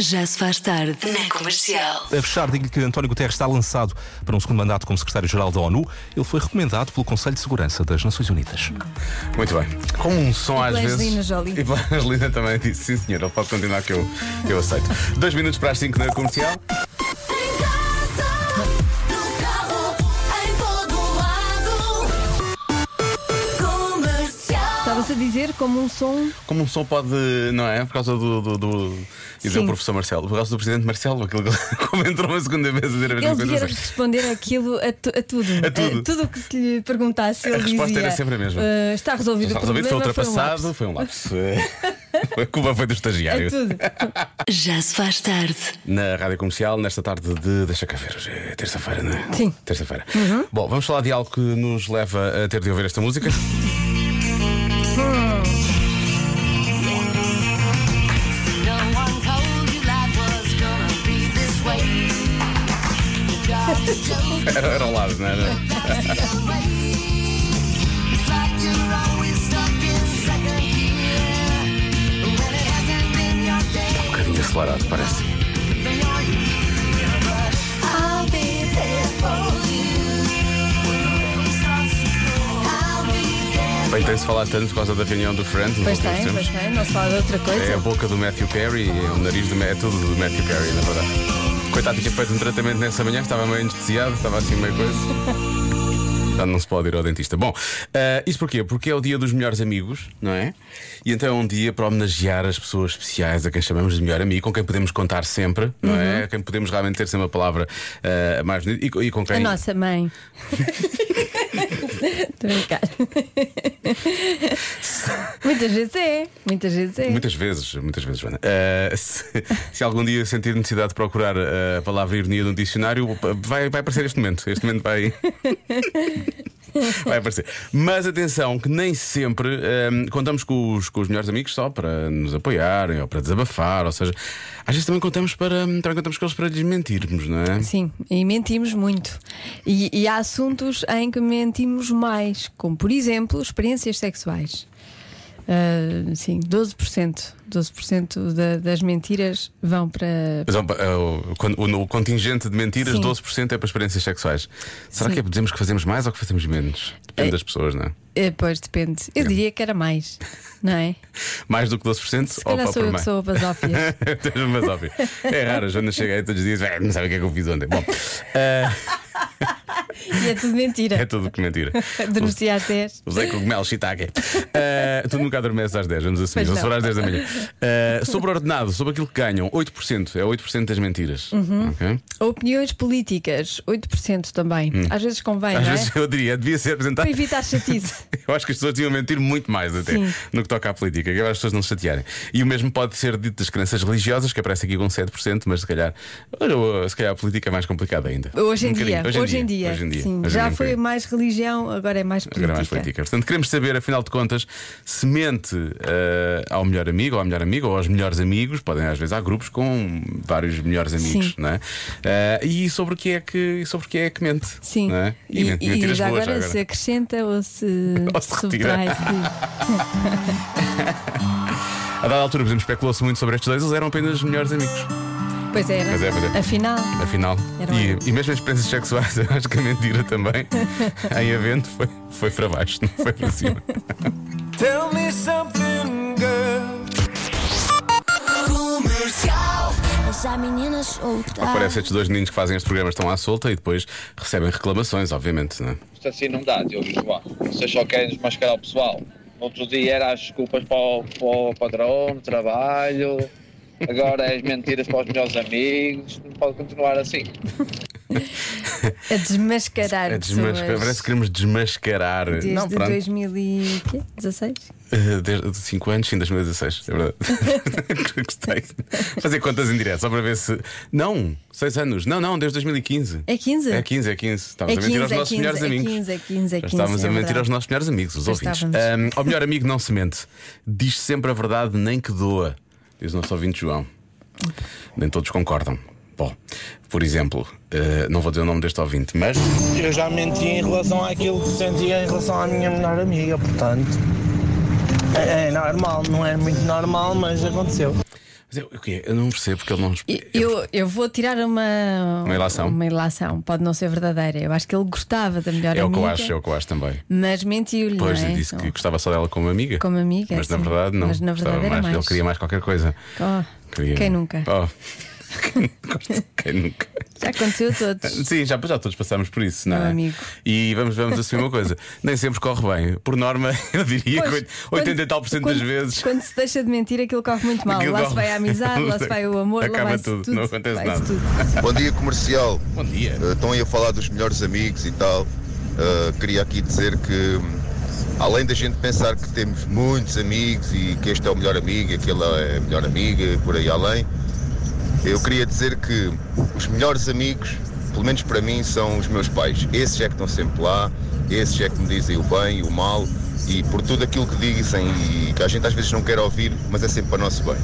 Já se faz tarde na comercial. A fechar, digo-lhe que António Guterres está lançado para um segundo mandato como secretário-geral da ONU. Ele foi recomendado pelo Conselho de Segurança das Nações Unidas. Muito bem. Como um som às Angelina vezes. Jolie. E pela Angelina também disse: sim, senhor, ele pode continuar que eu, eu aceito. Dois minutos para as cinco na comercial. Em casa, no carro, em todo lado. Comercial. Estavas a dizer como um som. Como um som pode. Não é? Por causa do. do, do e do Sim. professor Marcelo. Por causa do presidente Marcelo, aquilo que como entrou uma segunda vez a dizer a mesma Ele coisa. devia assim. responder aquilo a, tu- a tudo. A tudo. o que se lhe perguntasse, ele A resposta dizia. era sempre a mesma. "Ah, está resolvido Está o resolvido, problema. foi foi um ultrapassado, É, lapso." foi um lapso. É. A culpa foi do estagiário. a tudo. Já se faz tarde. Na rádio comercial, nesta tarde de. Deixa cá ver, hoje é terça-feira, não é? Sim. Terça-feira. Bom, vamos falar de algo que nos leva a ter de ouvir esta música. Era, era ao lado, não era? Um bocadinho acelerado, parece. Bem, tem-se falado tanto por causa da reunião do Friends. nos Pois últimos tem, tempos. pois tem, não se fala de outra coisa. É a boca do Matthew Perry, é o nariz do Ma- é tudo do Matthew Perry, na verdade. Coitado, tinha feito um tratamento nessa manhã, estava meio anestesiado, estava assim meio coisa. Já não se pode ir ao dentista. Bom, ah, isso porquê? Porque é o dia dos melhores amigos, não é? E então é um dia para homenagear as pessoas especiais, a quem chamamos de melhor amigo, com quem podemos contar sempre, não é? A quem podemos realmente ter sempre uma palavra ah, mais bonita e, co- e com quem. A nossa mãe. Estou a brincar. muitas vezes é, muitas vezes é. Muitas vezes, muitas vezes, Joana. Eh, se, se algum dia sentir necessidade de procurar eh, a palavra ironia num dicionário, pa- vai, vai aparecer este momento. Este momento vai. Vai aparecer. Mas atenção, que nem sempre eh, contamos com os, com os melhores amigos só para nos apoiarem ou para desabafar. Ou seja, às vezes também contamos, para, também contamos com eles para desmentirmos, não é? Sim, e mentimos muito. E, e há assuntos em que mentimos mais, como por exemplo experiências sexuais. Ah, sim, 12%. 12% da- das mentiras vão para. Mas, ó, eh, o, quando- o- o contingente de mentiras, Sim. 12% é para experiências sexuais. Será Sim. que é, dizemos que fazemos mais ou que fazemos menos? Depende Eh, das pessoas, não é? Eh, Pois depende. Eu diria que era mais, não é? Mais do que 12% Se ou calhar pá sou por eu que meio? sou a basófia. Tens uma basófia. É raro, a Joana chega aí todos os dias, "Ah, não sabe o que é que eu fiz ontem. Bom, eh, e é tudo é mentira. tudo que mentira. Denunciar até. Usei cogumelo shiitake. Eh, tu nunca adormeces às 10, vamos assumir. Pois Já não. são às 10 da manhã. Eh, sobre ordenado, sobre aquilo que ganham, 8%. É 8% das mentiras. Uhum. Ok? Opiniões políticas, 8% também. Às vezes convém, Hum. Às não é? vezes eu diria, devia ser apresentado. Para evitar chatice. Eu acho que as pessoas deviam mentir muito mais até Sim. no que toca à política, que é para as pessoas não se chatearem. E o mesmo pode ser dito das crenças religiosas, que aparece aqui com 7%, mas se calhar, olha, se calhar a política é mais complicada ainda. Hoje em, Um dia, bocadinho. hoje em dia, Hoje em dia. sim. Hoje em já dia um foi bocadinho. mais religião, agora é mais política. Agora é mais política. Portanto, queremos saber, afinal de contas, se mente eh, ao melhor amigo, ou à melhor amiga, ou aos melhores amigos. Podem, às vezes, há grupos com vários melhores amigos, Sim. não é? Eh, e sobre o que é que, e sobre o que é que mente. Sim. não é? E, mente e mentiras já boas, agora, já se acrescenta ou se, Ou se retira. subtrai. sim. A dada altura, por exemplo, especulou-se muito sobre estes dois, eles eram apenas melhores amigos. Pois era. Mas é, mas é. Afinal, Afinal, Era um- e, e mesmo as experiências sexuais, eu acho que a mentira também, em evento, foi, foi para baixo, não foi para cima. Tell me something, girl. Comercial. Mas a menina solta. Parece estes dois meninos que fazem este programa estão à solta e depois recebem reclamações, obviamente, não é? Isto assim não dá, Diogo e João. Vocês só querem desmascarar o pessoal. No outro dia era as desculpas para o, para o patrão, no trabalho. Agora é as mentiras para os melhores amigos. Não pode continuar assim. a desmascarar. É desmasca- pessoas Parece que queremos desmascarar. Desde não, pronto. 2016? Eh, Desde 5 anos, sim, 2016, é verdade. Gostei. Fazer contas em direto, só para ver se. Não, 6 anos. Não, não, desde 2015. É 15? É 15, é 15. Estávamos É a mentir aos 15, é nossos 15, melhores é amigos. 15, é 15, é Já Estávamos 15, a é mentir verdade. aos nossos melhores amigos, os Pois ouvintes. estávamos. Um, ao melhor amigo não se mente. Diz sempre a verdade, nem que doa. Diz o nosso ouvinte João. Nem todos concordam. Bom, por exemplo, eh, não vou dizer o nome deste ouvinte, mas. Eu já menti em relação àquilo que sentia em relação à minha melhor amiga, portanto. É, é normal, não é muito normal, mas aconteceu. Mas é, o quê? Eu não percebo porque ele não. E- Eu, eu vou tirar uma, Uma ilação. uma ilação. Pode não ser verdadeira. Eu acho que ele gostava da melhor É o que eu amiga, acho, é o que eu acho também. Mas mentiu-lhe. Pois, não é? ele disse que Então, gostava só dela como amiga. Como amiga, Mas na sim. verdade não. Mas na Gostava verdade era mais. Ele mais. queria mais qualquer coisa. oh, Queria- Quem nunca? Oh. Quem nunca? Já aconteceu a todos. Sim, já, já todos passamos por isso, não é? Meu amigo. E vamos, vamos assumir uma coisa: nem sempre corre bem. Por norma, eu diria Pois, que 80 e tal por cento das quando- vezes. Quando se deixa de mentir, aquilo corre muito mal. Aquilo lá corre- se vai a amizade, lá se vai o amor, Acaba lá vai tudo, tudo, não acontece vai-se nada. tudo. Bom dia comercial. Bom dia. Eh, Estão aí a falar dos melhores amigos e tal. Eh, queria aqui dizer que, hum, além da gente pensar que temos muitos amigos e que este é o melhor amigo, aquela é a melhor amiga, e por aí além, eu queria dizer que os melhores amigos, pelo menos para mim, são os meus pais. Esses é que estão sempre lá, esses é que me dizem o bem e o mal e por tudo aquilo que dizem e que a gente às vezes não quer ouvir, mas é sempre para o nosso bem.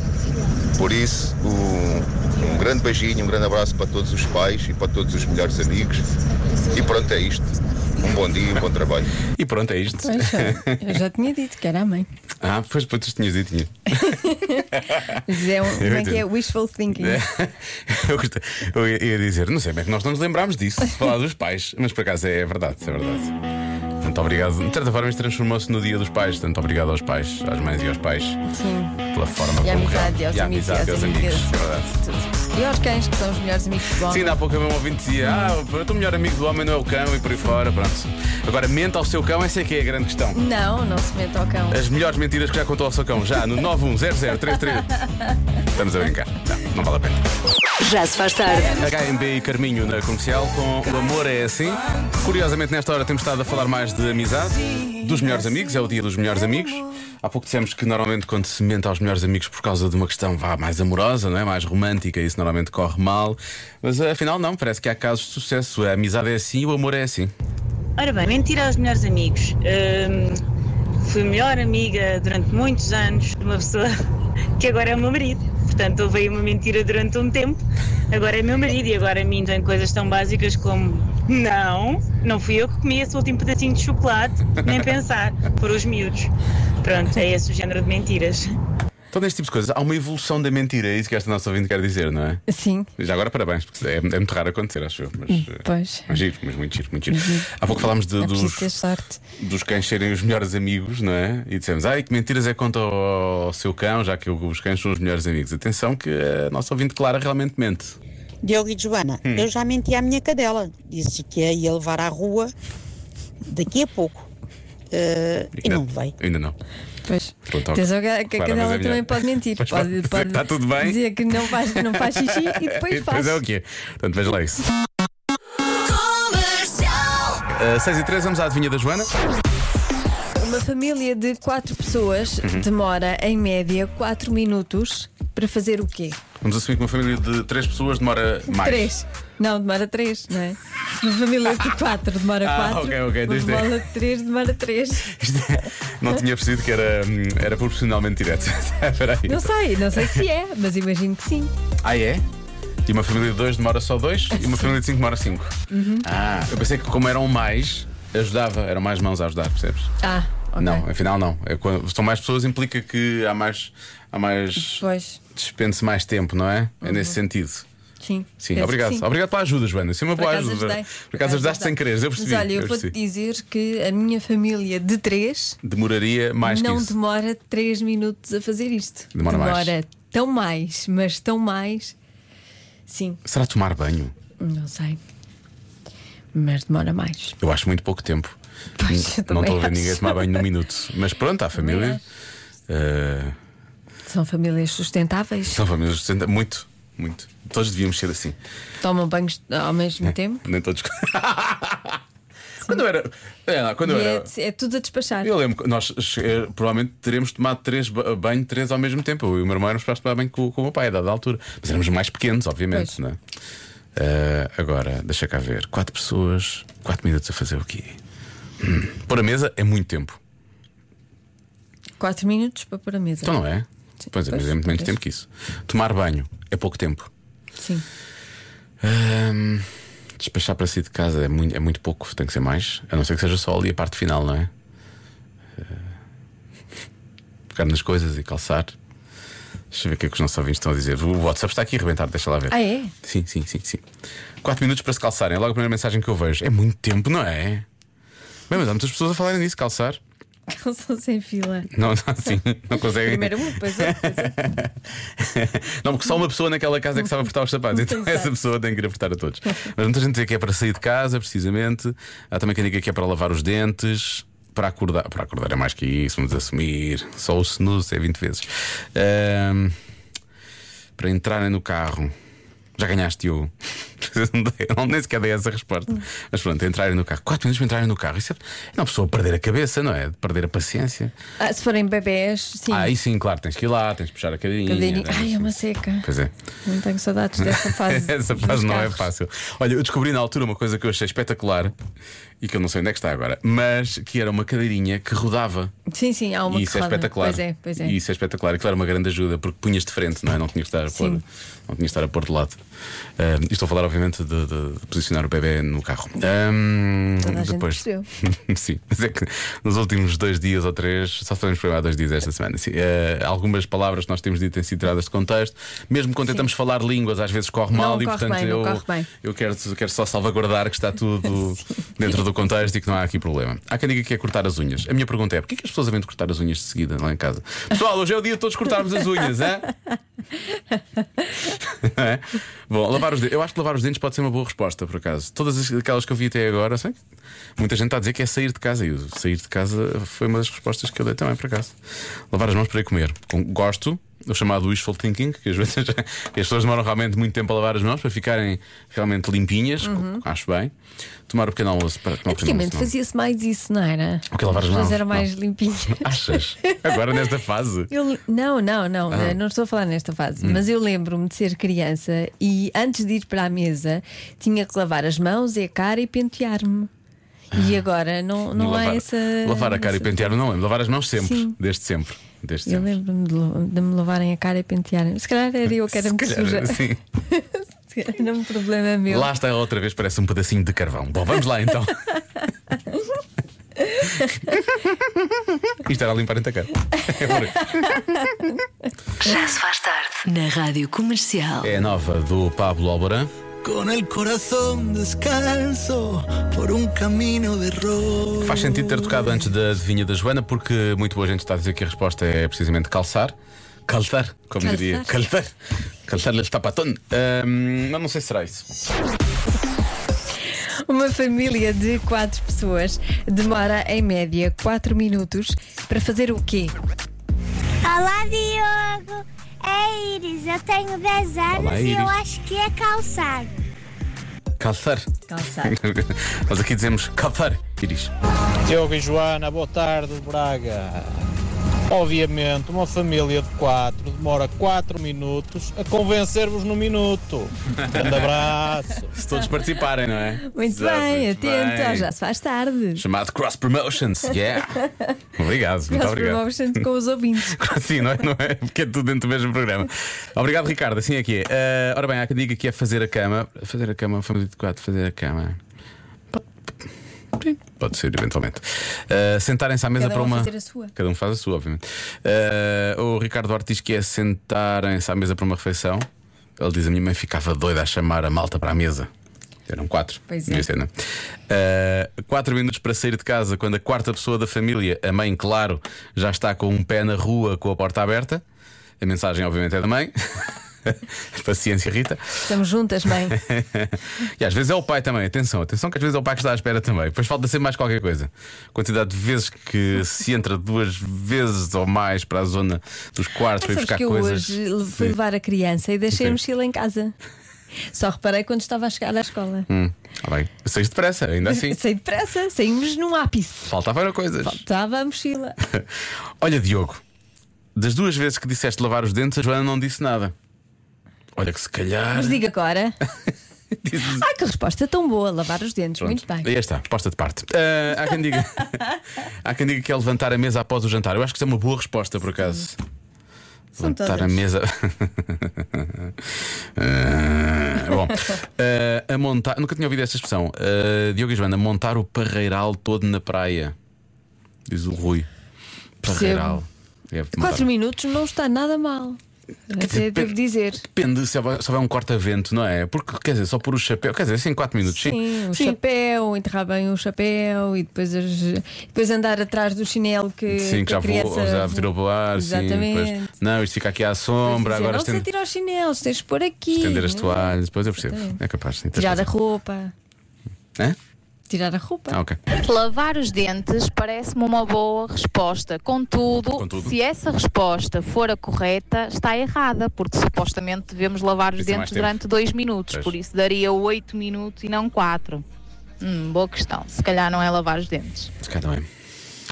Por isso, um, um grande beijinho, um grande abraço para todos os pais e para todos os melhores amigos. E pronto, é isto. Um bom dia e um bom trabalho. E pronto, é isto. Pois, eu já tinha dito que era a mãe. Ah, pois, pois, tu tinhas e tinha. Mas é um, como é que é? entendo. Wishful thinking. É. Eu, gostei- eu ia ia dizer, não sei bem que nós não nos lembrámos disso, de falar dos pais, mas por acaso é, verdade, é verdade. Muito obrigado. De certa forma, isto transformou-se no Dia dos Pais. Tanto obrigado aos pais, às mães e aos pais, Sim. pela forma E a como amizade, reagem. aos E a amigos, amizade aos e aos amigos. amigos. É verdade. Tudo. E aos cães, que são os melhores amigos do Sim, homem. ainda há pouco um ouvinte dizia: Ah, o teu melhor amigo do homem não é o cão e por aí fora. Pronto. Agora, mente ao seu cão, essa é que é a grande questão. Não, não se meta ao cão. As melhores mentiras que já contou ao seu cão, já no 910033. Estamos a brincar. Não, não vale a pena. Já se faz tarde. HMB e Carminho na comercial com O Amor é Assim. Curiosamente, nesta hora temos estado a falar mais de amizade, dos melhores amigos, é o dia dos melhores amigos. Há pouco dissemos que normalmente quando se mente aos melhores amigos por causa de uma questão vá, mais amorosa, não é? mais romântica, isso normalmente corre mal. Mas eh, afinal, não, parece que há casos de sucesso. A amizade é assim e o amor é assim. Ora bem, mentir aos melhores amigos. Hum, fui melhor amiga durante muitos anos de uma pessoa que agora é o meu marido. Portanto, houve aí uma mentira durante um tempo. Agora é meu marido e agora minto em coisas tão básicas como não, não fui eu que comi esse último pedacinho de chocolate, nem pensar, foram os miúdos. Pronto, é esse o género de mentiras. Então, neste tipo de coisas, há uma evolução da mentira, é isso que esta nossa ouvinte quer dizer, não é? Sim. Já agora parabéns, porque é, é muito raro acontecer, acho eu. Mas, eh, Pois. mas giro, mas muito giro, muito giro. Há pouco falámos de, É dos, preciso ter sorte. dos cães serem os melhores amigos, não é? E dissemos, ai, que mentiras é quanto ao, ao seu cão, já que o- os cães são os melhores amigos. Atenção que a nossa ouvinte Clara realmente mente. Hum. Diogo e Joana, eu já menti à minha cadela. Disse que a ia levar à rua daqui a pouco. Eh, e não levei. Ainda não. Pois. Pronto, ok. Atenção que a, que a Claro, mas é cadela melhor. também pode mentir. Mas pode pode, dizer pode que está tudo bem. dizer que não faz, não faz xixi e E depois faz. depois é o quê? Portanto, veja lá isso. Comercial. Ah, 6 e 3, vamos à adivinha da Joana. Uma família de quatro pessoas Uhum. demora, em média, quatro minutos para fazer o quê? Vamos assumir que uma família de 3 pessoas demora mais. Três. Não, demora três, não é? Uma família de quatro demora Ah, quatro. ok, ok, uma dois, três. bola de três demora três. Isto é- Não tinha percebido que era, hum, era proporcionalmente direto. Espera aí. Não sei, não sei se é, mas imagino que sim. Ah, é? E uma família de dois demora só dois e uma família de cinco demora cinco. Uhum. Ah, eu pensei que como eram mais, ajudava, eram mais mãos a ajudar, percebes? Ah, ok. Não, afinal não. É quando são mais pessoas implica que há mais. Há mais. Pois, Despende-se mais tempo, não é? É nesse sentido. sim. Sim, Penso que obrigado. Uhum. sim. Obrigado pela ajuda, Joana. Isso é uma Por boa acaso ajuda. ajudei. Por acaso ajudaste sem querer, eu percebi. Mas olha, eu eu vou-te percebi. dizer que a minha família de três Demoraria mais não que isso. demora três minutos a fazer isto. Demora mais. tão mais, mas tão mais. Sim, Será tomar banho? não sei. Mas demora mais. Eu acho muito pouco tempo. Pois, eu não também estou a ver acho. ninguém tomar banho num minuto. Mas pronto, há família. eh, São famílias sustentáveis, São famílias sustentáveis. Muito, muito. Todos devíamos ser assim. tomam banhos ao É. mesmo tempo. Nem todos. quando eu era. é lá, quando eu E era. é, é tudo a despachar. Eu lembro que nós eh, provavelmente teremos tomado três ba- banho, três ao mesmo tempo. Eu e o meu irmão éramos para os tomar banho com, com o meu pai, a dada altura. Mas éramos mais pequenos, obviamente, Pois. não é? Eh, agora, deixa cá ver. Quatro pessoas, quatro minutos a fazer o quê? Hum. Pôr a mesa é muito tempo. Quatro minutos para pôr a mesa. Então não é? Sim, Pois é, mas pois, é muito menos talvez. tempo que isso. Tomar banho é pouco tempo. Sim. Ahm, despachar para si de casa é muito, é muito pouco, tem que ser mais. A não ser que seja só ali a parte final, não é? Eh, Pegar nas coisas e calçar. Deixa eu ver o que é que os nossos ouvintes estão a dizer. O WhatsApp está aqui a rebentar, deixa lá ver. Ah, é? Sim, sim, sim, sim. Quatro minutos para se calçarem, é logo a primeira mensagem que eu vejo. É muito tempo, não é? Bem, mas há muitas pessoas a falarem disso, calçar. Calção sem fila. Não, não, sim, não conseguem. Primeiro um, depois outro. depois outro. Não, porque só uma pessoa naquela casa é que sabe apertar os sapatos. Então Exato. essa pessoa tem que ir apertar a todos. Mas muita gente diz que é para sair de casa, precisamente. Há também quem diga que é para lavar os dentes. Para acordar, para acordar é mais que isso, vamos assumir. Só o snooze é 20 vezes. Ahm, para entrarem no carro. Já ganhaste, Diogo. Não, nem sequer dei essa resposta. Mas pronto, entrarem no carro. 4 minutos para entrarem no carro. Isso é é uma pessoa a perder a cabeça, não é? De Perder a paciência. Ah, se forem bebés, sim. Ah, aí sim, claro, tens que ir lá, tens que puxar a cadeirinha. Cadeirinha. tens- Ai, é uma seca. Pois é. Não tenho saudades dessa fase. Essa dos fase não é carros. fácil. Olha, eu descobri na altura uma coisa que eu achei espetacular e que eu não sei onde é que está agora, mas que era uma cadeirinha que rodava. Sim, sim, há uma e isso é corrada. espetacular. Pois é, pois é. E isso é espetacular. E claro, uma grande ajuda, porque punhas de frente, não é? Não tinhas de estar a pôr, não Sim. tinhas de, estar a pôr de lado. Ah, e estou a falar, obviamente, de, de posicionar o bebê no carro. Ahm, Toda a gente depois. percebeu. Sim, mas é que nos últimos dois dias ou três, só fizemos problema há dois dias esta semana. sim, eh, algumas palavras que nós temos dito têm sido tiradas de contexto. Mesmo quando tentamos falar línguas, às vezes corre Não mal e corre portanto bem, não eu, corre bem. eu quero, quero só salvaguardar que está tudo dentro do contexto e que não há aqui problema. Há quem diga que é cortar as unhas. A minha pergunta é: porquê que as pessoas vêm de cortar as unhas de seguida lá em casa? Pessoal, hoje é o dia de todos cortarmos as unhas, é? É? Bom, lavar os dentes. Eu acho que lavar os dentes pode ser uma boa resposta, por acaso. Todas as- aquelas que eu vi até agora, sei que muita gente está a dizer que é sair de casa. E o sair de casa foi uma das respostas que eu dei também, por acaso. Lavar as mãos para ir comer. Com- gosto. O chamado wishful thinking, que às vezes que as pessoas demoram realmente muito tempo a lavar as mãos para ficarem realmente limpinhas, Uhum. acho bem. Tomar o pequeno almoço para tomar o pequeno almoço. Antigamente não. fazia-se mais isso, não era? O é quê, lavar as mãos? Mas era mais Não. limpinho. Achas? Agora nesta fase. Eu- não, não, não, Ah. Hum. eh, não estou a falar nesta fase, mas eu lembro-me de ser criança e antes de ir para a mesa tinha que lavar as mãos e a cara e pentear-me. E agora não, não há Ah. lavar, essa. lavar a cara e essa- pentear, não lembro. Lavar as mãos sempre, Sim. desde sempre. Desde Eu sempre. lembro-me de, lo- de me lavarem a cara e pentearem. Se calhar era eu que era Se muito calhar, suja. sim. Se calhar Era um problema meu. Lá está outra vez, parece um pedacinho de carvão. Bom, vamos lá então. Isto era a limpar em cara. É por aí. Já se faz tarde na Rádio Comercial. É a nova do Pablo Alborán. Con el corazón descalzo por un camino de rosa. Faz sentido ter tocado antes da adivinha da Joana, porque muito boa gente está a dizer que a resposta é precisamente calçar. Calçar, como Calçar. diria. Calçar. Calçar el tapatón. Ahm, mas não sei se será isso. Uma família de quatro pessoas demora em média quatro minutos para fazer o quê? Olá, Diogo! É Iris, eu tenho 10 anos e eu Iris. acho que é calçar. Calçar. Calçar. Nós aqui dizemos calçar, Iris. Diogo e Joana, boa tarde, Braga. Obviamente, uma família de quatro demora quatro minutos a convencer-vos no minuto. Grande abraço. Se todos participarem, não é? Muito Exato, bem, muito atenta, bem. já se faz tarde. Chamado Cross Promotions, yeah! Obrigado, muito Nós obrigado. promovemos tanto com os ouvintes. Sim, não é, não é? Porque é tudo dentro do mesmo programa. Obrigado, Ricardo, assim é que é. Ah, ora bem, há quem diga que é fazer a cama. Fazer a cama, família de quatro, fazer a cama. Pode- Pode ser, eventualmente. Ah, Sentarem-se à mesa Cada para um uma. fazer a sua. Cada um faz a sua, obviamente. Ah, o Ricardo Duarte diz que é sentarem-se à mesa para uma refeição. Ele diz: a minha mãe ficava doida a chamar a malta para a mesa. Eram quatro. Pois é. Devia ser, não é? Ah, quatro minutos para sair de casa, quando a quarta pessoa da família, a mãe, claro, já está com um pé na rua com a porta aberta. A mensagem, obviamente, é da mãe. Paciência, Rita. Estamos juntas, mãe. e às vezes é o pai também, atenção, atenção, que às vezes é o pai que está à espera também. Depois falta sempre mais qualquer coisa. Quantidade de vezes que se entra duas vezes ou mais para a zona dos quartos para ir É, Sabes buscar que eu coisas. hoje le- fui Sim. levar a criança e deixei a Sim. mochila em casa. Só reparei quando estava a chegar à escola. Hum, ah, bem. Saíste depressa, ainda assim. Saí depressa, saímos num ápice. Faltavam coisas. Estava a mochila. Olha, Diogo, das duas vezes que disseste lavar os dentes, a Joana não disse nada. Olha, que se calhar. Mas diga agora. Ai, que resposta tão boa, lavar os dentes. Muito bem. Aí está, resposta de parte. Ah, há, quem diga, há quem diga que é levantar a mesa após o jantar. Eu acho que isso é uma boa resposta, por acaso. São levantar a todas. mesa. Ah, bom, Ah, a montar. Nunca tinha ouvido esta expressão. Ah, Diogo e Joana, montar o parreiral todo na praia. Diz o Rui. Percebo. Parreiral. É, montar- Quatro minutos não está nada mal. Até devo dizer. Depende se houver se houver um corta-vento, não é? Porque, quer dizer, só por o chapéu, quer dizer, assim 4 minutos. Sim, o chapéu, enterrar bem o chapéu e depois, as- depois andar atrás do chinelo que, Sim, que já a criança vou, já tirou para o ar. Sim, Exatamente. depois, não, isto fica aqui à sombra, Dizer, agora não sei estende, tirar os chinelos, tens de pôr aqui. estender as né? toalhas. Depois eu percebo. Exatamente. É capaz, sim. tens Tirar a razão. roupa. Hã? Tirar a roupa. Ah, ok. Lavar os dentes parece-me uma boa resposta. Contudo, Contudo. se essa resposta for a correta, está errada, porque supostamente devemos lavar os Isso é mais dentes tempo. durante dois minutos. Pois. Por isso daria oito minutos e não quatro. Hum, boa questão. Se calhar não é lavar os dentes. Se calhar não é.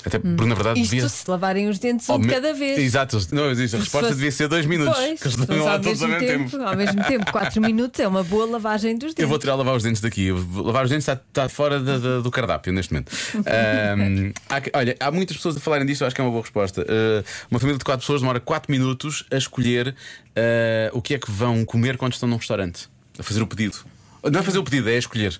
Até porque, na verdade, Hum. Isto devia. se lavarem os dentes um Ao de me- cada vez. Exato, não, existe. a Se resposta fosse- devia ser 2 minutos. Pois, que eles se fosse não lá ao, todos mesmo tempo, ao mesmo tempo, 4 minutos é uma boa lavagem dos dentes. Eu vou tirar a lavar os dentes daqui. Eu vou- Lavar os dentes está, está fora da- da- do cardápio neste momento. Ahm, há que- olha, há muitas pessoas a falarem disto, eu acho que é uma boa resposta. Ah, uma família de 4 pessoas demora 4 minutos a escolher ah, o que é que vão comer quando estão num restaurante. A fazer o pedido. Não é fazer o pedido, é escolher.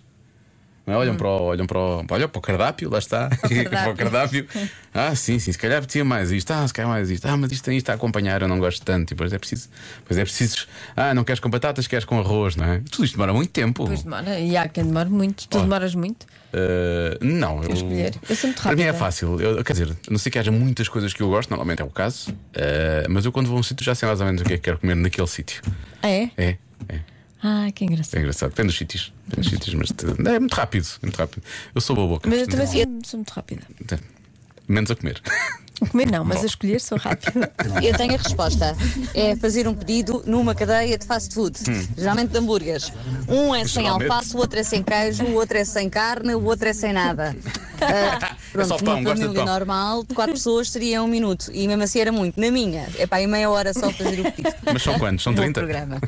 Não é? Olham, para o, olham para o. Olham para o cardápio, lá está. é para o cardápio. Ah, sim, sim, se calhar tinha mais isto. Ah, se calhar mais isto. Ah, mas isto tem isto a acompanhar, eu não gosto tanto. E depois é preciso. Pois é preciso. Ah, não queres com batatas, queres com arroz, não é? Tudo isto demora muito tempo. Pois demora, e há quem demore muito. Tu demoras muito Uh, não, a escolher. Eu sou muito Para mim rápida. é fácil. Eu, quer dizer, a não sei que haja muitas coisas que eu gosto, normalmente é o caso, uh, mas eu quando vou a um sítio já sei mais ou menos o que é que quero comer naquele sítio. Ah, é? É, Ah, que engraçado. é engraçado. Depende dos sítios. Depende dos sítios, mas uh, é muito rápido. é muito rápido. Eu sou boa boca. é, Mas eu também sou, sou muito rápida. Menos a comer. A comer não, mas a escolher sou rápida. Eu tenho a resposta. É fazer um pedido numa cadeia de fast food, Hum. geralmente de hambúrgueres. Um é sem Geralmente. alface, o outro é sem queijo, o outro é sem carne, o outro é sem nada. Ah, É só pão, numa gosta de família pão. normal, de quatro pessoas seria um minuto. E mesmo assim era muito. Na minha, é para aí meia hora só fazer o pedido. Mas são quantos? São Bom 30? programa.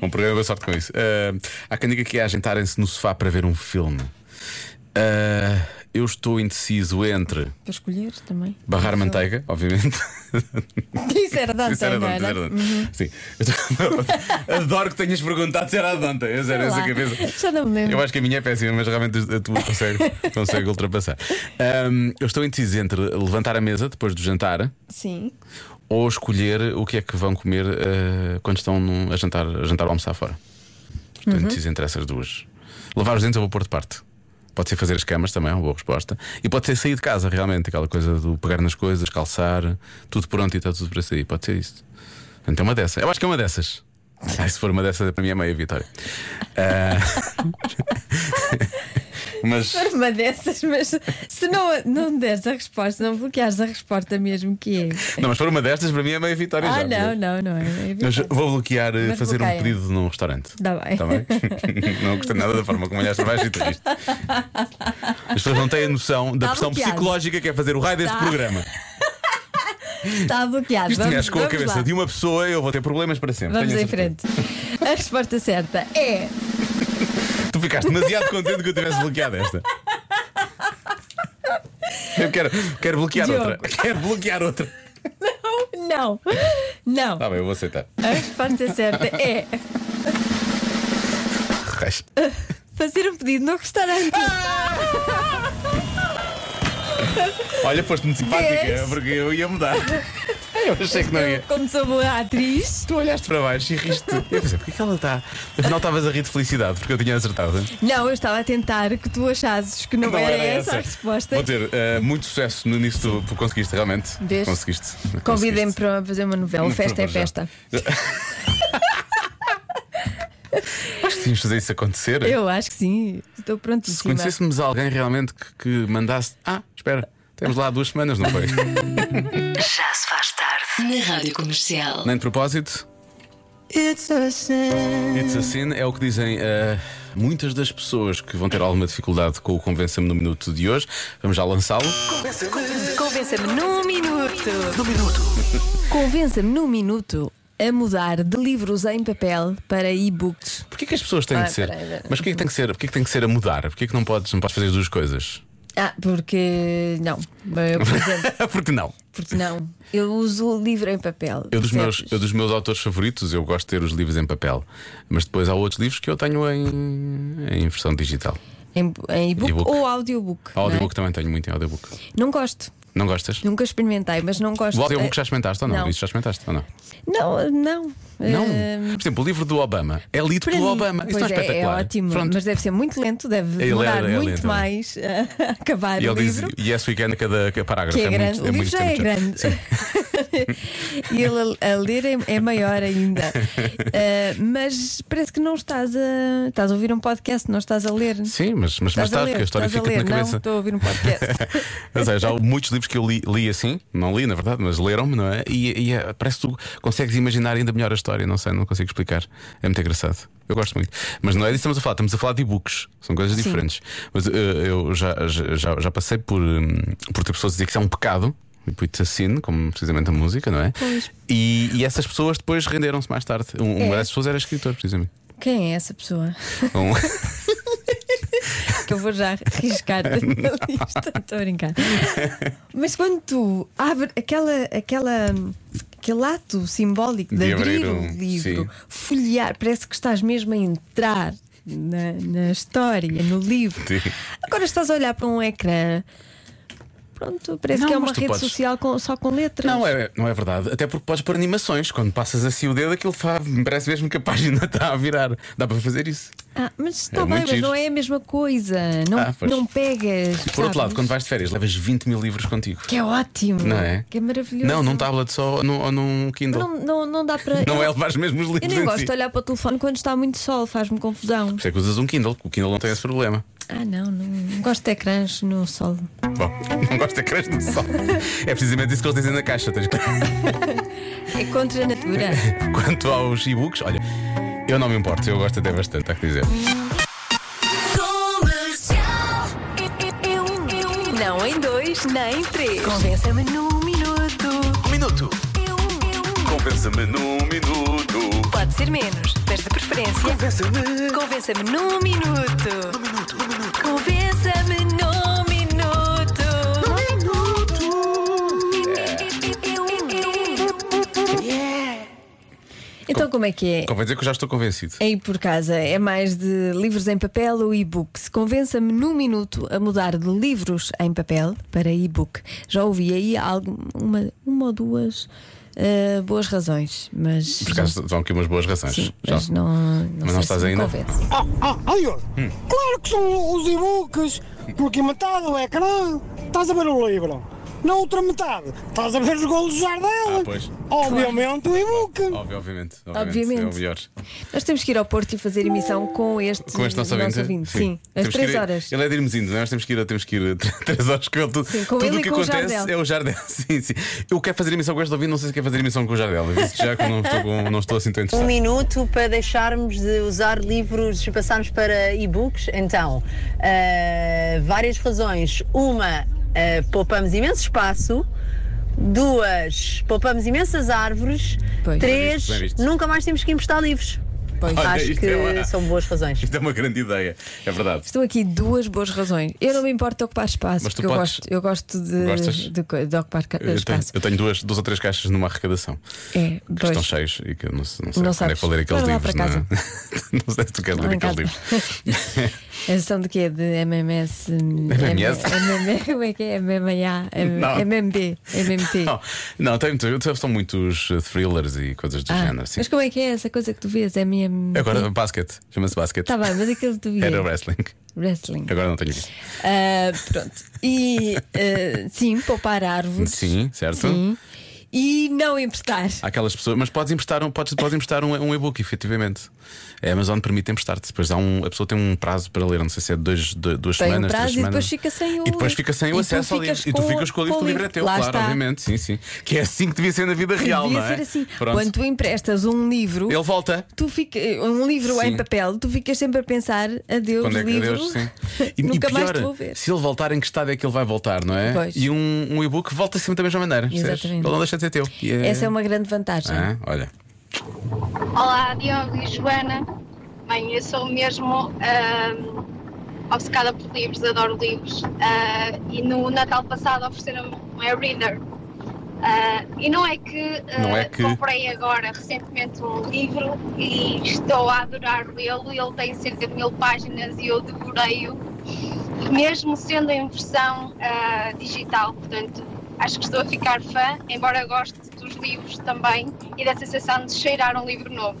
Bom programa, boa sorte com isso. Uh, há quem diga que é agentarem-se no sofá para ver um filme. Uh, eu estou indeciso entre Para escolher também. barrar manteiga, obviamente. Isso era da Isso era Antena, de ontem, era? era de ontem. Uhum. Sim. Adoro que tenhas perguntado se era a Danta. Eu zero essa Sei lá. cabeça. Já não me lembro. Eu acho que a minha é péssima, mas realmente a tua consegue, consegue ultrapassar. Ahm, eu estou indeciso entre levantar a mesa depois do jantar Sim. ou escolher o que é que vão comer ah, quando estão num- a jantar, a jantar ou almoçar fora. Estou Uhum. indeciso entre essas duas. Lavar os dentes eu vou pôr de parte. Pode ser fazer as camas também, é uma boa resposta. E pode ser sair de casa, realmente, aquela coisa do pegar nas coisas, calçar, tudo pronto e está tudo para sair. Pode ser isso. Então é uma dessas. Eu acho que é uma dessas. Ai, se for uma dessas, para mim é meia vitória. Ah, Mas Foi Uma dessas, mas se não, não deres a resposta, não bloqueares a resposta mesmo que é. Não, mas for uma destas, para mim é meia vitória Ah, já. não, não, não é. é Mas verdade. vou bloquear eh, Mas fazer bloqueia. um pedido num restaurante. Tá bem. Tá bem? não gostei nada da forma como olhaste para baixo e tudo isto. As pessoas não têm a noção da Tá pressão bloqueado. psicológica que é fazer o raio deste Tá. programa. Está bloqueado. Isto vamos, mexe com a vamos cabeça lá. de uma pessoa, eu vou ter problemas para sempre. Vamos Tenho a em frente. A resposta certa é. certeza. Tu ficaste demasiado contente que eu tivesse bloqueado esta. Eu quero, quero bloquear Diogo. outra. Quero bloquear outra. Não, não, não. Tá bem, eu vou aceitar. A resposta certa é Resto. fazer um pedido no restaurante. Ah! Olha, foste muito simpática, Vês? porque eu ia mudar. Eu achei que não ia. Como sou boa atriz. Tu olhaste para baixo e riste. Eu pensei, porque é que ela está? Afinal, estavas a rir de felicidade, porque eu tinha acertado. Não, eu estava a tentar que tu achasses que não, era, essa a resposta. Então Vou ter eh, muito sucesso no nisso, tu- tu conseguiste realmente. Vês? Conseguiste. Convidem-me para fazer uma novela. Por Festa é favor, já. festa. Acho que tínhamos de fazer isso acontecer. Eu acho que sim. Estou Se prontíssima. conhecêssemos alguém realmente que, que mandasse. Ah, espera, temos lá há duas semanas, não foi? Já se faz tarde. Na Rádio Comercial. Nem de propósito. It's a It's a Sin é o que dizem eh, muitas das pessoas que vão ter alguma dificuldade com o Convença-me no Minuto de hoje. Vamos já lançá-lo. um- Convença-me num minuto. Num minuto. Convença-me num minuto a mudar de livros em papel para e-books. Porquê que as pessoas têm Ah, de ser? peraí, peraí. Mas porquê que tem que ser? Porquê que tem que ser a mudar? Porquê que não podes, não podes fazer as duas coisas? Ah, porque não. Eu, por exemplo, Porque não. porque não. Eu uso o livro em papel. Eu dos, percebes? meus, eu dos meus autores favoritos, eu gosto de ter os livros em papel. Mas depois há outros livros que eu tenho em, em versão digital. Em, em e-book E-book. ou audiobook. Audiobook Não, é? também tenho muito em audiobook. Não gosto. Não gostas? Nunca experimentei, mas não gosto. É- Tem algum que já experimentaste ou não? Não. Isso já experimentaste ou não? Não, eh, não. Não. Eh, Por exemplo, o livro do Obama é lido para pelo mim, Obama. Isso não pois é, é, é espetacular. ótimo, Pronto. mas deve ser muito lento, deve Ele é- demorar ele é muito lento, ele é. mais a acabar E o ele diz livro. yes weekend a cada parágrafo. Que é, muito- grande. o muito- livro já é muito- grande. e ele a, a ler é, é maior ainda. Eh, mas parece que não estás a. Estás a ouvir um podcast, não estás a ler. Sim, mas, mas, mas Estás a tá, ler, porque a história estás a fica-te na ler. Não, cabeça. estou a ouvir um podcast. Ou seja, já há muitos livros que eu li, li assim, não li na verdade, mas leram-me, não é? E, e é- parece que tu consegues imaginar ainda melhor a história, não sei, não consigo explicar. É muito engraçado. Eu gosto muito. Mas não é disso que estamos a falar, estamos a falar de e-books, são coisas Sim. diferentes. Mas eh, eu já, já- já, já passei por, hum, por ter pessoas a dizer que isso é um pecado. Tipo, it's a sin, como precisamente a música, não é? Pois. E, e essas pessoas depois renderam-se mais tarde. Um, uma É. dessas pessoas era escritor, precisamente. Quem é essa pessoa? Um- que eu vou já arriscar da minha lista. Estou a brincar. Mas quando tu abre aquela, aquela, aquele ato simbólico de, De abrir, abrir o um- livro, sim. folhear, parece que estás mesmo a entrar na, na história, no livro. Agora estás a olhar para um ecrã. Pronto, parece Não, que é mas uma tu rede podes- social com- só com letras. Não é, não é verdade. Até porque podes pôr animações. Quando passas assim o dedo, aquilo faz, parece mesmo que a página está a virar. Dá para fazer isso. Ah, mas É está bem, muito mas giro. não é a mesma coisa. Não, Ah, pois. não pegas. Por outro lado, sabes? quando vais de férias, levas 20 mil livros contigo. Que é ótimo. Não é? Que é maravilhoso. Não, num tablet só ou num, ou num Kindle. Não, Não, não, não dá para. eu, é levar mesmo os livros eu em nem gosto si. de olhar para o telefone quando está muito sol, faz-me confusão. Por isso é que usas um Kindle, porque o Kindle não tem esse problema. Ah, não, não, não gosto de ecrãs no sol. Bom, não gosto de creche do sol. É precisamente isso que eles dizem na caixa. Tens que- É contra a natura. Quanto aos e-books, olha, eu não me importo, eu gosto até bastante, há que dizer. Comercial. Não em dois, nem em três. Convença-me num minuto. Um minuto. Compensa-me num minuto. Pode ser menos, mas de preferência. Convença-me. Convença-me num minuto. Num minuto. Convença-me num minuto. Então, como é que é? Convém dizer que eu já estou convencido. Aí por casa é mais de livros em papel ou e-books. Convença-me num minuto a mudar de livros em papel para e-book. Já ouvi aí algo, uma, uma ou duas ah, boas razões, mas. Por acaso estão aqui umas boas razões. Sim, Já. mas não, não Mas não sei estás se me ainda? convence. Ah, ah, ai, ó. Hum. Claro que são os e-books, porque metade do ecrã estás a ver o livro, na outra metade estás a ver os golos do Jardel. Ah, pois. Obviamente o e-book. Óbvio, obviamente. Obviamente. É o melhor. Nós temos que ir ao Porto e fazer emissão com este, Com este nosso ouvinte? nosso ouvinte. Sim, às Temos que 3 ir- horas. Ele é de Irmezinho, nós temos que ir, temos que ir 3 horas com ele. Tudo, Sim, com tudo ele o e que com o acontece Jardel. é o Jardel. Sim, sim. Eu quero fazer emissão com este ouvinte, não sei se quer fazer emissão com o Jardel. Eu disse já que eu não estou, com- não estou assim tão Um interessado. minuto para deixarmos de usar livros, passarmos para e-books. Então, É. ah, várias razões. Uma, ah, poupamos imenso espaço. Duas, poupamos imensas árvores. Pois. Bem Três, visto, bem visto. nunca mais temos que emprestar livros. é Olha, Acho isto que é uma- são boas razões. Isto é uma grande ideia, é verdade. Estão aqui duas boas razões. Eu não me importo de ocupar espaço, Mas tu porque eu podes. gosto, eu gosto Gostas? de, de, co- de ocupar ca- Eu tenho, espaço. eu tenho duas, duas ou três caixas numa arrecadação É, que dois. estão cheios e que eu não, sei- não sei quando Não é sabes. que vou ler aqueles Vai lá livros. para Não, é? não sei se tu queres Lá ler em aqueles casa. livros. Eles São de quê? De MMS? MMS? MM, Como é que é? MMA? Não. MMB? MMT? Não, não tem muito, eu- são muitos eh, thrillers e coisas do Ah, género. Sim. mas como é que é essa coisa que tu vês? MMB? Agora, basquete, chama-se basquete. Tá bem, mas aquilo que tu vias. Era É wrestling. Wrestling. Agora não tenho visto. Ah, pronto. E ah, sim, poupar árvores. Sim, certo? Sim. E não emprestar. Há Aquelas pessoas, mas podes emprestar, um- podes, podes emprestar um, um e-book, efetivamente. A Amazon permite emprestar-te. Depois há um, a pessoa tem um prazo para ler, não sei se é dois, do- duas Tem um semanas, três prazo e semanas. depois fica sem o. E depois fica sem e o tu acesso ao livro. ficas E tu com- ficas com o livro, com o livro é teu, Lá claro, está. obviamente. Sim, sim. Que é assim que devia ser na vida real, Devia não é? ser assim. Pronto. Quando tu emprestas um livro, Ele volta. tu fica, um livro Sim. em papel, tu ficas sempre a pensar, adeus, Quando é que livro. adeus, sim. E, Nunca e mais pior, te vou ver. se ele voltar, em que estado é que ele vai voltar, não é? Pois. E um, um e-book volta sempre da mesma maneira. percebes? Exatamente. Ele não deixa de ser teu. E Essa é uma grande vantagem. Ah, olha. Olá, Diogo e Joana. Bem, eu sou mesmo ah, obcecada por livros, adoro livros. Ah, e no Natal passado ofereceram-me um e-reader. Ah, e não é, que, ah, Não é que- comprei agora recentemente um livro e estou a adorar lê-lo. Ele tem cerca de mil páginas e eu devorei-o, mesmo sendo em versão ah, digital. Portanto, Acho que estou a ficar fã, embora goste dos livros também e da sensação de cheirar um livro novo.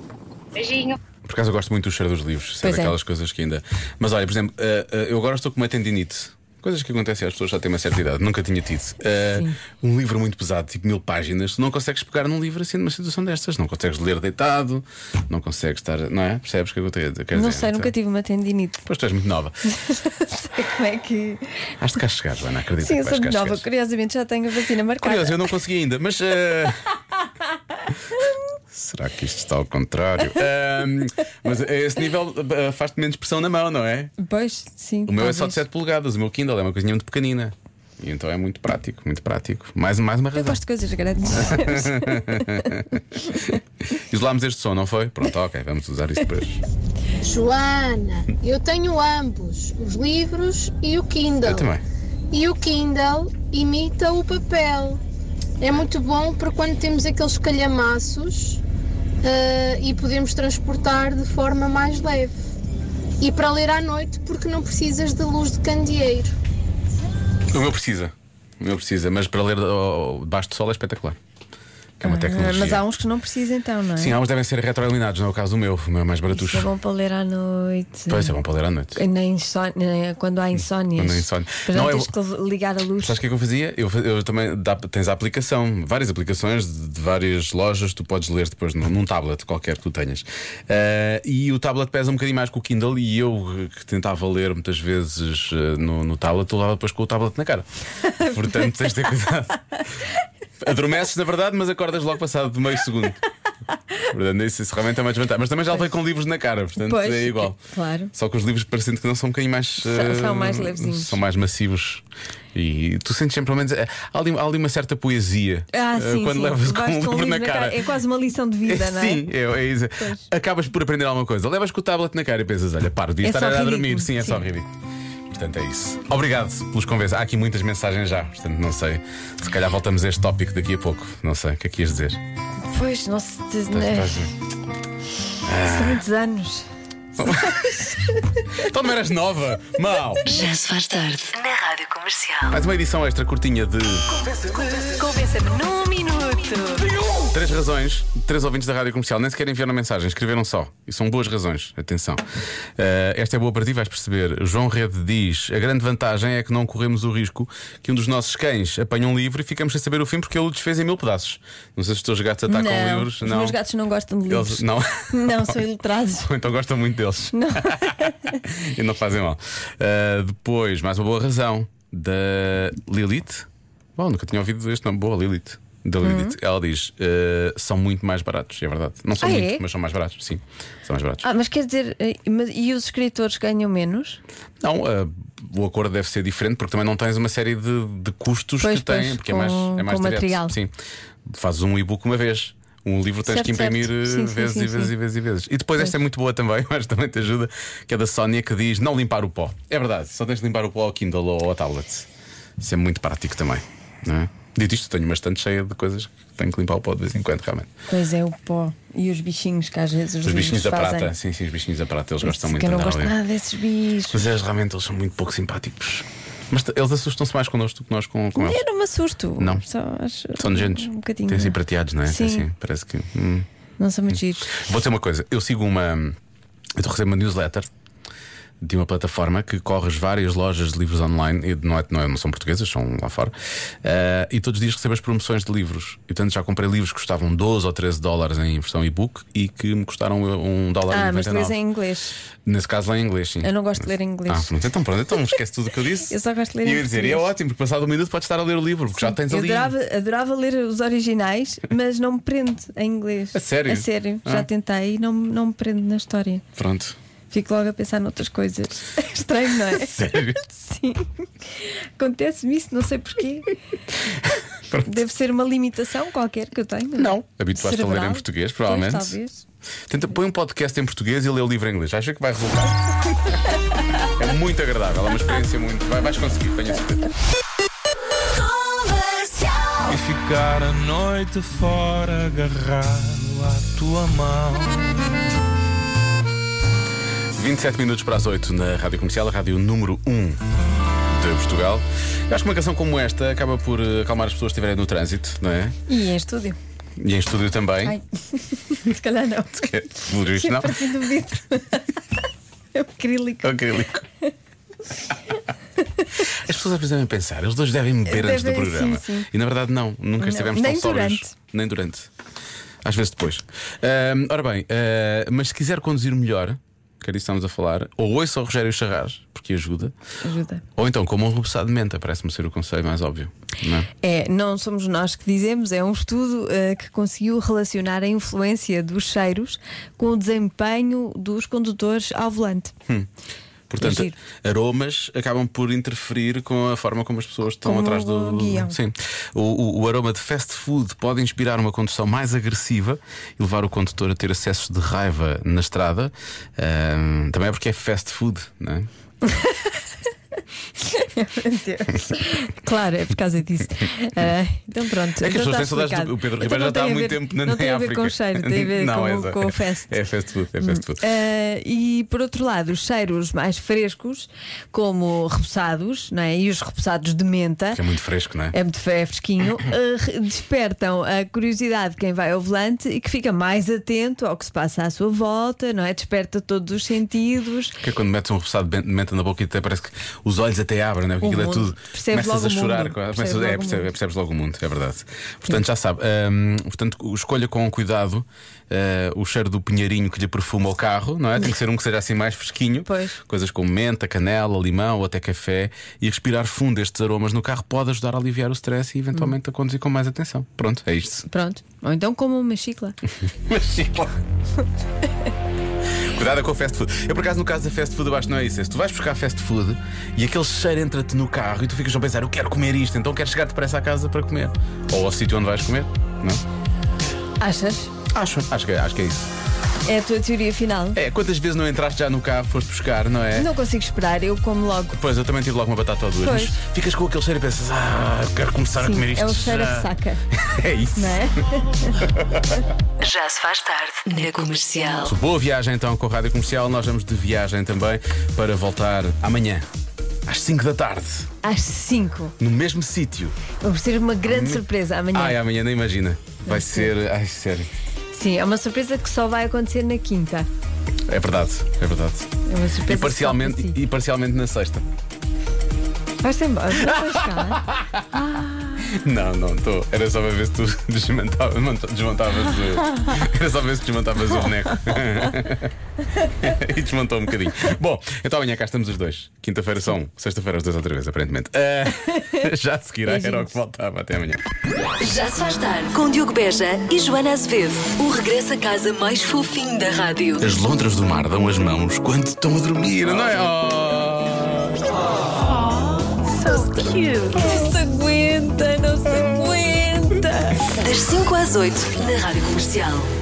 Beijinho. Por acaso eu gosto muito do cheiro dos livros, sabe Pois é. aquelas coisas que ainda. Mas olha, por exemplo, ah, ah, eu agora estou com uma tendinite. Coisas que acontecem às pessoas já têm uma certa idade, nunca tinha tido. Ah, um livro muito pesado, tipo mil páginas, tu não consegues pegar num livro assim numa situação destas. Não consegues ler deitado, não consegues estar. Não é? Percebes o que é que eu te- quero Não dizer? então. sei, nunca tive uma tendinite. Pois tu és muito nova. Sei como é que. Has de cá chegar, Joana, acredito Sim, que eu vais sou cá nova. chegar. Curiosamente já tenho a vacina marcada. Curioso, eu não consegui ainda, mas. ah, Será que isto está ao contrário? Ahm, mas a esse nível ah, faz-te menos pressão na mão, não é? Pois, sim. O meu é só talvez. de 7 polegadas, o meu Kindle é uma coisinha muito pequenina. E então é muito prático, muito prático. Mais, mais uma Eu razão. gosto de coisas grandes. Isolámos este som, não foi? Pronto, ok, vamos usar isto depois. Joana, eu tenho ambos, os livros e o Kindle. Eu também. E o Kindle imita o papel. É muito bom para quando temos aqueles calhamaços ah, e podemos transportar de forma mais leve. E para ler à noite, porque não precisas de luz de candeeiro. O meu precisa. O meu precisa, mas para ler oh, debaixo do sol é espetacular. Que é uma tecnologia. Ah, Mas há uns que não precisam, então, não é? Sim, há uns devem ser retroiluminados, não é o caso do meu. O meu é mais Isso baratucho. é bom para ler à noite. Pois é bom para ler à noite. Nem insó- nem- Quando há insónias. Quando há insónia. Para Não, não eu- teres que ligar a luz. Sabes o que é que eu fazia? Eu, fa- eu também dá- tens a aplicação, várias aplicações de, de várias lojas, tu podes ler depois num, num tablet qualquer que tu tenhas. Ah, e o tablet pesa um bocadinho mais que o Kindle e eu que tentava ler muitas vezes ah, no, no tablet, tu levava depois com o tablet na cara. Portanto, tens de ter cuidado. Adormeces, na verdade, mas acordas logo passado de meio segundo. Portanto, isso, isso realmente é uma desvantagem. Mas também já levei com livros na cara, portanto Pois, é igual. Claro. Só que os livros parecendo que não são um bocadinho mais. eh, são mais levezinhos. São mais massivos. E tu sentes sempre, pelo menos, eh, há ali, há ali uma certa poesia. Ah, eh, sim. quando sim. levas com Vais um livro na cara. É quase uma lição de vida, não é? Sim, é, é isso. Acabas por aprender alguma coisa. Levas com o tablet na cara e pensas, olha, paro de É estar só a dormir. ridículo, Sim, é só sim. ridículo. Portanto, é isso. Obrigado pelos conversas. Há aqui muitas mensagens já, portanto, não sei. Se calhar voltamos a este tópico daqui a pouco. Não sei, o que é que ias dizer? Pois, não se. Estás- São Ah. muitos anos. Então não eras nova, mal. Já se faz tarde na Rádio Comercial. Mais uma edição extra curtinha de Convença-me num minuto. três razões, três ouvintes da rádio comercial. Nem sequer enviaram mensagem, escreveram só. E são boas razões, atenção. Eh, esta é boa para ti, vais perceber. João Rede diz: a grande vantagem é que não corremos o risco que um dos nossos cães apanhe um livro e ficamos sem saber o fim porque ele o desfez em mil pedaços. Não sei se os teus gatos atacam não, livros. Os não. meus gatos não gostam de livros. Eles, não. Não, são iletrados. Ou então gostam muito deles. Não. e não fazem mal. Ah, depois, mais uma boa razão da Lilith. Bom, nunca tinha ouvido este nome. Boa, Lilith. Da Lilith. Ela diz: ah, são muito mais baratos. É verdade. Não são Hum. Ah, muito, é? mas são mais baratos. Sim, são mais baratos. Ah, mas quer dizer, eh, mas- e os escritores ganham menos? Não, ah, o acordo deve ser diferente porque também não tens uma série de, de custos Pois, que têm, pois, porque com- é mais, é mais com direto. material. Sim. Fazes um e-book uma vez. Um livro tens Certo, que imprimir certo. eh, Sim, sim, vezes sim, e vezes sim. e vezes e vezes. E depois esta é muito boa também, mas também te ajuda, que é da Sónia que diz não limpar o pó. É verdade, só tens de limpar o pó ao Kindle ou ao tablet. Isso é muito prático também. Não é? Dito isto, tenho uma estante cheia de coisas que tenho que limpar o pó de vez em quando, realmente. Pois é, o pó e os bichinhos que às vezes os, Os bichinhos da livros fazem. prata, sim, sim, os bichinhos da prata, eles gostam muito que eu de não andar gosto ali. nada desses bichos. Mas eles realmente eles são muito pouco simpáticos. Mas t- eles assustam-se mais connosco do que nós com, com eles. Eu não me assusto. é. Não. Só acho- São nojentos. Um bocadinho. Têm assim prateados, não é? Sim. Assim, parece que. hum. Não são muito giros. Vou dizer uma coisa. Eu sigo uma. Eu recebo uma newsletter de uma plataforma que corres várias lojas de livros online, e não, é, não, é- não são portuguesas, são lá fora, eh, e todos os dias recebo as promoções de livros. E portanto já comprei livros que custavam 12 ou 13 dólares em versão e-book e que me custaram um dólar Ah, e mas 99. lês em inglês. Nesse caso lá em inglês, sim. Eu não gosto de ler em Ah, inglês. pronto, então pronto, então esquece tudo o que eu disse. Eu só gosto de ler E em eu ia dizer, e é português. ótimo, porque passado um minuto podes estar a ler o livro, porque já tens Eu ali. adorava, adorava ler os originais, mas não me prende em inglês. A sério? A sério. Ah. Já tentei e não, me- não me prende na história. Pronto. Fico logo a pensar noutras coisas. Estranho, não é? Sério? Sim. Acontece-me isso, não sei porquê. Deve ser uma limitação qualquer que eu tenho. Não. Habituaste-te a ler em português, provavelmente. talvez. Tenta, põe um podcast em português e lê o livro em inglês. Acha que vai resultar? é muito agradável, é uma experiência muito. Vai, vais conseguir, tenho a certeza. E ficar a noite fora agarrado à tua mão. 27 minutos para as 8 na Rádio Comercial, a rádio número 1 de Portugal. Eu acho que uma canção como esta acaba por eh, acalmar as pessoas que estiverem no trânsito, não é? E em estúdio? E em estúdio também. Ai, se calhar não. Que é, pelo visto, Que é não. partido do vidro. É o acrílico. Acrílico. As pessoas às vezes devem pensar, eles dois devem beber antes do Devem, sim, programa. sim. E na verdade, não, nunca Não. estivemos Nem tão sóbrios. durante. Nem durante. Às vezes depois. Ahm, ora bem, ah, mas se quiser conduzir melhor, que é disso que estamos a falar, ou ouça o Rogério Charras, porque ajuda, Ajuda. ou então como um rebuçado de menta, parece-me ser o conselho mais óbvio. Não é? É, não somos nós que dizemos, é um estudo eh, que conseguiu relacionar a influência dos cheiros com o desempenho dos condutores ao volante. Hum. Portanto, É giro. aromas acabam por interferir com a forma como as pessoas estão Como atrás do. guiam. Sim. O, o- o aroma de fast food pode inspirar uma condução mais agressiva e levar o condutor a ter acessos de raiva na estrada. Ahm, também é porque é fast food, não é? Meu Deus. claro, é por causa disso. Ah, então pronto. É que as pessoas então está têm saudades explicado. do. O Pedro Então Ribeiro já não está há tem a muito ver- tempo na, Não na tem a ver África. com cheiro, tem a ver Não, com, é, o- com o fest. É fast food, é fast food. Ah, e por outro lado, os cheiros mais frescos, como repousados, não é? e os repousados de menta, Que é muito fresco, não é? é muito fe- é fresquinho, eh, re- despertam a curiosidade de quem vai ao volante e que fica mais atento ao que se passa à sua volta, não é? Desperta todos os sentidos. Que é quando metes um repousado de menta na boca e até parece que os olhos até abrem, não é? Porque O aquilo é mundo. tudo. Percebes Começas logo a o chorar. mundo. começas- Percebes é, logo o percebe- mundo. percebes logo o mundo, é verdade. Portanto, já sabe. hum, portanto, escolha com cuidado eh, o cheiro do pinheirinho que lhe perfuma o carro, não é? Tem que ser um que seja assim mais fresquinho. Coisas como menta, canela, limão ou até café. E respirar fundo estes aromas no carro pode ajudar a aliviar o stress e eventualmente a conduzir com mais atenção. Pronto, é isto. Pronto, ou então como uma chicla. Mas sim, claro. Cuidado é com o fast food. Eu, por acaso, no caso da fast food, eu acho que não é isso. É se tu vais buscar fast food e aquele cheiro entra-te no carro e tu ficas a pensar, eu quero comer isto, então quero chegar depressa à casa para comer. Ou ao sítio onde vais comer. Não? Achas? Acho. Acho que, acho que é isso. É a tua teoria final? É, quantas vezes não entraste já no carro, foste buscar, não é? Não consigo esperar, eu como logo. Pois, eu também tive logo uma batata ou duas. Pois. Mas ficas com aquele cheiro e pensas, ah, eu quero começar a Sim, comer isto. é o cheiro a já." ressaca, É isso. não é? Já se faz tarde na comercial. Boa viagem então com a Rádio Comercial. Nós vamos de viagem também para voltar amanhã, às 5 da tarde, Às 5. no mesmo sítio. Vamos ter uma grande surpresa amanhã. Ai, amanhã nem imagina. Vai ser. Ai, sério. Sim, é uma surpresa que só vai acontecer na quinta. É verdade, é verdade. É uma surpresa. E parcialmente, e parcialmente na sexta. Vais-te embora, não vais cá. Não, não, estou. Era só para ver se tu desmontava- monta- desmontavas o. Era só para ver se desmontavas o boneco. e desmontou um bocadinho. Bom, então amanhã cá estamos os dois. Quinta-feira são um, sexta-feira os dois outra vez, aparentemente. Ah, já a seguir, ai, era o que faltava. Até amanhã. Já se faz tarde com Diogo Beja e Joana Azevedo. O regresso a casa mais fofinho da rádio. As lontras do mar dão as mãos quando estão a dormir, não é? So cute. Não se aguenta, não se aguenta. Das 5 às 8 na rádio comercial.